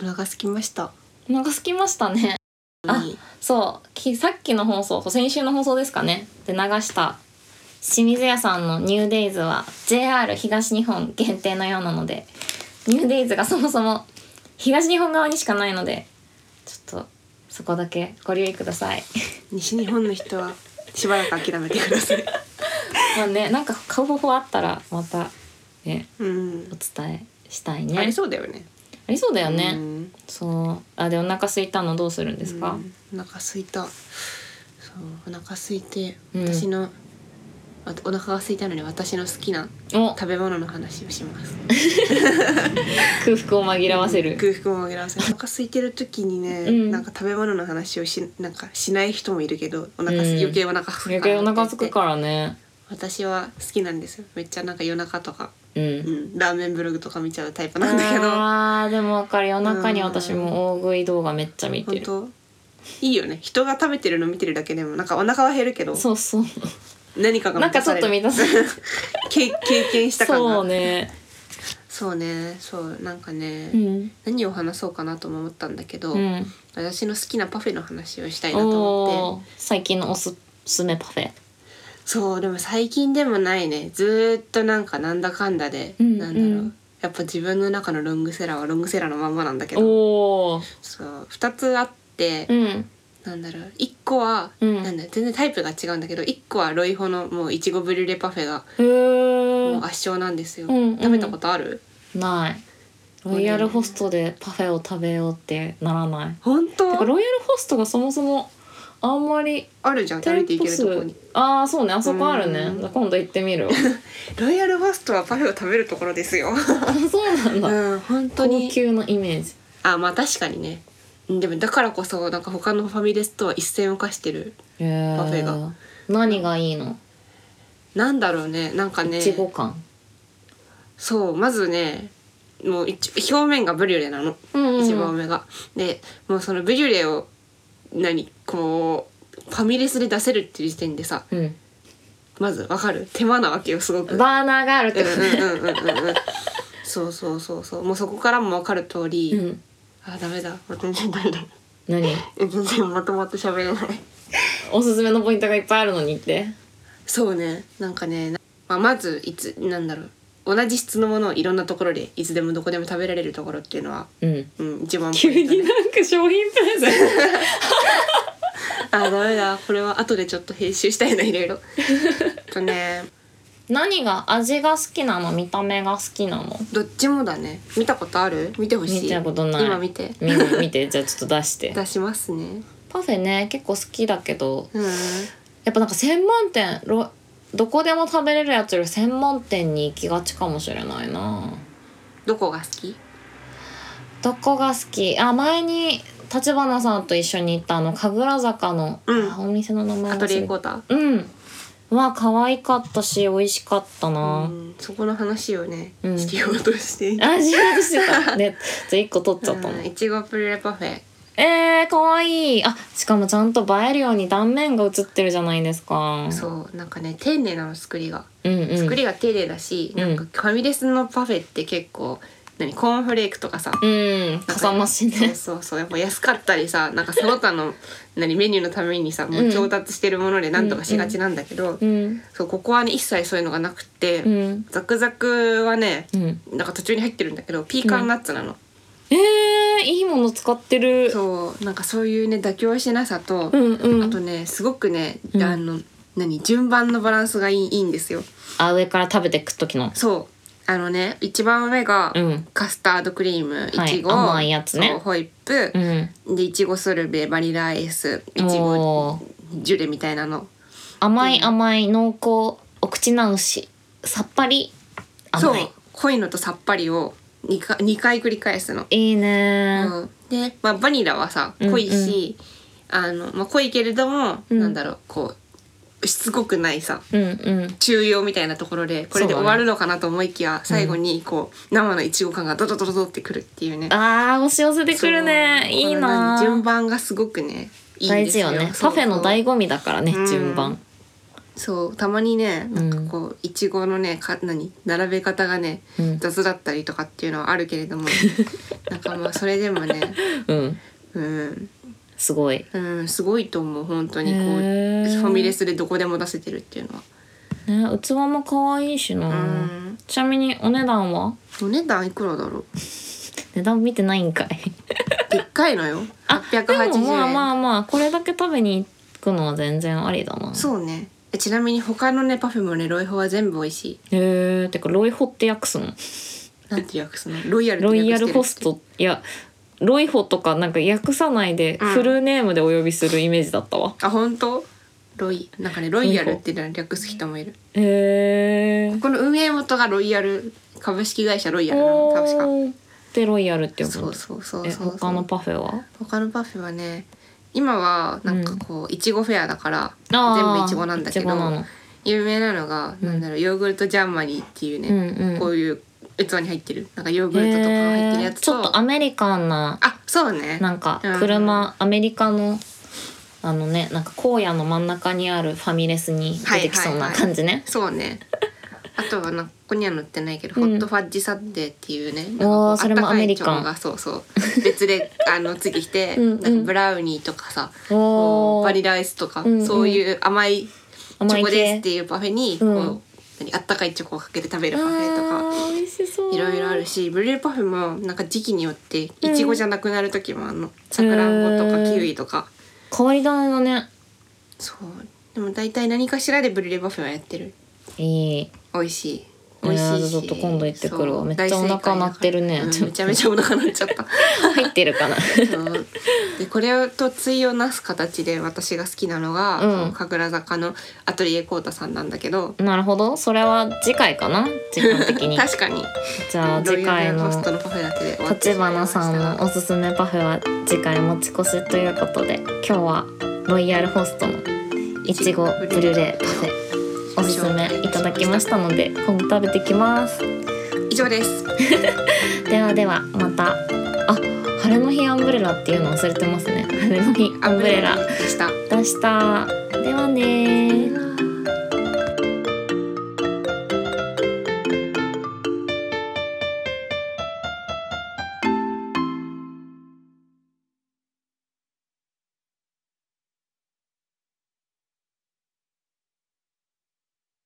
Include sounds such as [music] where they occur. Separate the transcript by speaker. Speaker 1: お腹空きました。
Speaker 2: お腹空きましたねあ
Speaker 1: いい
Speaker 2: そうきさっきの放送そう先週の放送ですかねで流した清水屋さんの「ニューデイズは JR 東日本限定のようなのでニューデイズがそもそも東日本側にしかないのでちょっとそこだけご留意ください [laughs]
Speaker 1: 西日本の人はしばらく諦めてください。
Speaker 2: まあねなんか顔方法あったらまたね
Speaker 1: うん
Speaker 2: お。伝えしたいね
Speaker 1: ありそうだよね。
Speaker 2: ありそうだよね、
Speaker 1: うん
Speaker 2: そうあでお腹空いたのどうするんですか、
Speaker 1: うんお腹空いた。そうお腹空いて
Speaker 2: うん
Speaker 1: 私の、あお腹が空いたので私の好きな
Speaker 2: お
Speaker 1: 食べ物の話をします。
Speaker 2: 空腹を紛らわせる、
Speaker 1: 空腹も紛らわせる。お腹空いてる時にね、
Speaker 2: うん
Speaker 1: なんか食べ物の話をしなんかしない人もいるけど、お腹す、
Speaker 2: うん
Speaker 1: 余計お腹空く
Speaker 2: 余計お腹空くからね
Speaker 1: 私は好きなんですよ。めっちゃなんか夜中とか、
Speaker 2: うん、
Speaker 1: うん、ラーメンブログとか見ちゃうタイプなんだけど。
Speaker 2: あーでもわかる夜中に私も大食い動画めっちゃ見て
Speaker 1: 本
Speaker 2: る
Speaker 1: 当いいよね人が食べてるの見てるだけでもなんかお腹は減るけど
Speaker 2: そうそう
Speaker 1: 何かが
Speaker 2: なんかちょっと
Speaker 1: 満
Speaker 2: 満
Speaker 1: た
Speaker 2: た
Speaker 1: さ
Speaker 2: さ
Speaker 1: れ
Speaker 2: れ
Speaker 1: る
Speaker 2: る
Speaker 1: け [laughs] 経験した感が
Speaker 2: そうね
Speaker 1: そうねそうなんかね、
Speaker 2: うん
Speaker 1: 何を話そうかなとも思ったんだけど、
Speaker 2: うん
Speaker 1: 私の好きなパフェの話をしたいなと思
Speaker 2: お
Speaker 1: って
Speaker 2: ー最近のおすすめパフェ
Speaker 1: そうでも最近でもないねずーっとなんかなんだかんだで、
Speaker 2: うん
Speaker 1: なんだろう、
Speaker 2: うん
Speaker 1: やっぱ自分の中のロングセラーはロングセラーのまんまなんだけど
Speaker 2: おお
Speaker 1: そう2つあって、
Speaker 2: うん
Speaker 1: なんだろう1個は、
Speaker 2: うん
Speaker 1: なんだ全然タイプが違うんだけど1個はロイホのもういちごブリュレパフェが
Speaker 2: へ
Speaker 1: もう
Speaker 2: ー
Speaker 1: 圧勝なんですよ、
Speaker 2: うんうん
Speaker 1: 食べたことある
Speaker 2: ないロイヤルホストでパフェを食べようってならない
Speaker 1: 本
Speaker 2: てか
Speaker 1: 当
Speaker 2: ロイヤルホストがそもそもあんまり
Speaker 1: あるじゃん歩
Speaker 2: 店
Speaker 1: いていけ
Speaker 2: 舗
Speaker 1: るとこ
Speaker 2: 数
Speaker 1: に
Speaker 2: ああそうねあそこあるね
Speaker 1: うん
Speaker 2: 今度行って
Speaker 1: [laughs]
Speaker 2: みるわ
Speaker 1: ロイヤルホストはパフェを食べるところですよ
Speaker 2: あそうなんだ
Speaker 1: うん本当
Speaker 2: 高
Speaker 1: に
Speaker 2: 級のイメージ
Speaker 1: あまあ確かにねでもだからこそなんか他のファミレスとは一線を画してるフ
Speaker 2: パ
Speaker 1: ェが
Speaker 2: 何がいいの
Speaker 1: なんだろうねなんかね
Speaker 2: いちご感
Speaker 1: そうまずねもう一表面がブリュレなの
Speaker 2: い
Speaker 1: 一番目が。でもうそのブリュレを何こうファミレスで出せるっていう時点でさ
Speaker 2: うん
Speaker 1: まずわかる手間なわけよすごく。うん
Speaker 2: バーナーがあるって
Speaker 1: う
Speaker 2: こ
Speaker 1: んうんうんうんうんそうそうそうそうもうそこからもわかる通り、
Speaker 2: とうん
Speaker 1: あダメだもう全然ダメだ
Speaker 2: 何
Speaker 1: 全然まとまって喋れない
Speaker 2: おすすめのポイントがいっぱいあるのにって
Speaker 1: そうねなんかね、まあ、まずいつなんだろう同じ質のものをいろんなところでいつでもどこでも食べられるところっていうのは、
Speaker 2: うん
Speaker 1: うん、一番ポ
Speaker 2: 急
Speaker 1: イントね
Speaker 2: になんか商品プレゼン
Speaker 1: あダメだこれは後でちょっと編集したいないろ
Speaker 2: [laughs]
Speaker 1: いろとね
Speaker 2: ト何が味が好きなの見た目が好きなの
Speaker 1: どっちもだね見たことある見てほしい
Speaker 2: 見たことない
Speaker 1: 今見て
Speaker 2: みんな見てじゃあ [laughs] ちょっと出して
Speaker 1: 出しますね
Speaker 2: パフェね結構好きだけど
Speaker 1: うん
Speaker 2: やっぱなんか専門店ロどこでも食べれるやつより専門店に行きがちかもしれないな
Speaker 1: どこが好き
Speaker 2: どこが好きあ前に立花さんと一緒に行ったあの神楽坂の、
Speaker 1: うん
Speaker 2: あお店の名前
Speaker 1: ア
Speaker 2: 忘
Speaker 1: ト
Speaker 2: れた
Speaker 1: リエコータ
Speaker 2: うんは可愛かったし美味しかった
Speaker 1: う
Speaker 2: な、
Speaker 1: んそこの話をね
Speaker 2: うん
Speaker 1: しようと
Speaker 2: [laughs]
Speaker 1: している
Speaker 2: 味がしてたねじゃあ1個取っちゃったの、
Speaker 1: うんいちごプルレパフェ
Speaker 2: えー、可愛いあしかもちゃんと映えるように断面が映ってるじゃないですか
Speaker 1: そうなんかね丁寧なの作りが
Speaker 2: うんうん
Speaker 1: 作りが丁寧だし、
Speaker 2: うん
Speaker 1: なんかファミレスのパフェって結構何コーンフレークとかさ、
Speaker 2: うんかさ増し
Speaker 1: そう
Speaker 2: ね
Speaker 1: そうそうやっぱ安かったりさなんかその他
Speaker 2: [laughs]
Speaker 1: の何メニューのためにさもう調達してるものでなんとかしがちなんだけど、
Speaker 2: うん
Speaker 1: そうここはね一切そういうのがなくて、
Speaker 2: うん
Speaker 1: ザクザクはね
Speaker 2: うん
Speaker 1: なんか途中に入ってるんだけどピーカンナッツなの、
Speaker 2: えー、いいもの使ってる
Speaker 1: そうなんかそういうね妥協しなさと、
Speaker 2: うんう
Speaker 1: あと
Speaker 2: ん
Speaker 1: ねすごくね、
Speaker 2: うん
Speaker 1: あの何順番のバランスがいいいいんですよ
Speaker 2: あ上から食べてく時の
Speaker 1: そうあのね一番上が、
Speaker 2: うん
Speaker 1: カスタードクリーム
Speaker 2: はい
Speaker 1: いちご、
Speaker 2: 甘いやつね
Speaker 1: そうホイップ
Speaker 2: う、ん
Speaker 1: でいちごスルベバニラアイスいちご
Speaker 2: もう
Speaker 1: ジュレみたいなの
Speaker 2: 甘い甘い濃厚お口直しさっぱり
Speaker 1: そう
Speaker 2: 甘い
Speaker 1: 濃いのとさっぱりを 2, か2回繰り返すの
Speaker 2: いいねー
Speaker 1: うんで、まあ、バニラはさ
Speaker 2: うん
Speaker 1: 濃いし、あのまあ、濃いけれども、
Speaker 2: うん
Speaker 1: なんだろうこうしつこくないさ
Speaker 2: うんうん
Speaker 1: 中庸みたいなところでこれで
Speaker 2: そうだね
Speaker 1: 終わるのかなと思いきや、最後にこう生のいちご感がドドドドドってくるっていうね
Speaker 2: あー押し寄せてくる
Speaker 1: そう
Speaker 2: ねいいな
Speaker 1: この順
Speaker 2: ー
Speaker 1: 番がすごくねいいん
Speaker 2: 大
Speaker 1: で
Speaker 2: 事
Speaker 1: すよ
Speaker 2: よね
Speaker 1: そ
Speaker 2: パ
Speaker 1: う
Speaker 2: フェの醍醐味だからね
Speaker 1: うん
Speaker 2: 順番
Speaker 1: そうたまにねなんかこういちごのねか何並べ方がね
Speaker 2: うん
Speaker 1: 雑だったりとかっていうのはあるけれども
Speaker 2: [laughs]
Speaker 1: なんかまあそれでもね
Speaker 2: うん
Speaker 1: うん、
Speaker 2: すごい
Speaker 1: うん、すごいと思う本当にこう
Speaker 2: へ
Speaker 1: フ
Speaker 2: ー
Speaker 1: ァミレスでどこでも出せてるっていうのは。
Speaker 2: ね器も可愛いしな、
Speaker 1: うん
Speaker 2: ちなみにお値段は
Speaker 1: お値段いくらだろう
Speaker 2: 値段見てないんかい
Speaker 1: でっかいのよ
Speaker 2: あで
Speaker 1: 880
Speaker 2: も
Speaker 1: 円
Speaker 2: まあまあまあこれだけ食べに行くのは全然ありだな
Speaker 1: そうねえちなみに他のねパフェもねロイホは全部美味しい
Speaker 2: へえてかロイホって訳すの
Speaker 1: なんて訳すのロイヤル
Speaker 2: ロイヤルホス
Speaker 1: ト
Speaker 2: トいやロイホとかなんか訳さないで
Speaker 1: うん
Speaker 2: フルネームでお呼びするイメージだったわ、
Speaker 1: あ本当ロイなんかねロイヤルってね略す人もいる
Speaker 2: へえ
Speaker 1: この運営元がロイヤル株式会社ロイヤルなの確か
Speaker 2: おーでロイヤルって呼ぶ
Speaker 1: そ
Speaker 2: の
Speaker 1: うそうそう
Speaker 2: え
Speaker 1: そうそう
Speaker 2: 他のパフェは
Speaker 1: 他のパフェはね今はなんかこういちごフェアだから
Speaker 2: あー
Speaker 1: 全部いちごなんだけ
Speaker 2: いちご
Speaker 1: ど
Speaker 2: なの
Speaker 1: 有名なのがなんだろうヨーグルトジャーマニーっていうね、
Speaker 2: うんうん
Speaker 1: こういう器に入ってるなんかヨーグルトとかが入ってるやつ
Speaker 2: へーちょっ
Speaker 1: と
Speaker 2: とアメリカンな
Speaker 1: あそうね
Speaker 2: なんか
Speaker 1: うん
Speaker 2: 車、アメリカのあのねなんか荒野の真ん中にあるファミレスに出てきそうな感じね、
Speaker 1: そうねあとはなここには載ってないけど、
Speaker 2: うん
Speaker 1: ホットファッジサンデーっていうねなんか
Speaker 2: おー
Speaker 1: こう
Speaker 2: それも
Speaker 1: あったかい
Speaker 2: アメリカン
Speaker 1: チョコがそうそう別であの次来て
Speaker 2: [laughs] うんうん
Speaker 1: なんかブラウニーとかさ
Speaker 2: お
Speaker 1: こ
Speaker 2: ー
Speaker 1: うバニラアイスとか、
Speaker 2: うんうん
Speaker 1: そういう甘いチ
Speaker 2: 甘い
Speaker 1: ョコ
Speaker 2: 系
Speaker 1: ですっていうパフェにこう、
Speaker 2: うん
Speaker 1: 何あったかいチョコをかけて食べるパフェとか。
Speaker 2: あー美味しそう
Speaker 1: いろいろあるしブルーパフェもなんか時期によっていちごじゃなくなる時もあるのさくらんぼと
Speaker 2: へ
Speaker 1: か
Speaker 2: ー
Speaker 1: キウイとか
Speaker 2: 変わり種だね
Speaker 1: そうでも大体何かしらでブルーパフェはやってる
Speaker 2: いい
Speaker 1: 美味しい美
Speaker 2: ね
Speaker 1: 味しいし、
Speaker 2: ちょっと今度行ってくるわ
Speaker 1: そう
Speaker 2: めっちゃお腹
Speaker 1: 大正解だから
Speaker 2: 鳴ってるね
Speaker 1: うん
Speaker 2: ちょっと
Speaker 1: めちゃめちゃお腹鳴っちゃった
Speaker 2: 入って
Speaker 1: [laughs]
Speaker 2: るかな
Speaker 1: そうでこれと対をなす形で私が好きなのが、
Speaker 2: うん
Speaker 1: その神楽坂のアトリエコータさんなんだけど
Speaker 2: なるほどそれは次回かな時間的
Speaker 1: [laughs]
Speaker 2: に
Speaker 1: 確かに
Speaker 2: じゃあ次回
Speaker 1: ロイヤル
Speaker 2: の
Speaker 1: ホストのパフェだけで終わってしまいま
Speaker 2: 橘
Speaker 1: した
Speaker 2: さんのおすすめパフェは次回持ち越しということで今日はロイヤルホストのいちごブルーレイパフェおすすめいただきましたので今度食べてきます
Speaker 1: 以上です
Speaker 2: ではではまたあ晴れの日アンブレラっていうの
Speaker 1: [laughs]
Speaker 2: 忘れてますね晴れの日アンブレラ
Speaker 1: でした
Speaker 2: でしたではねー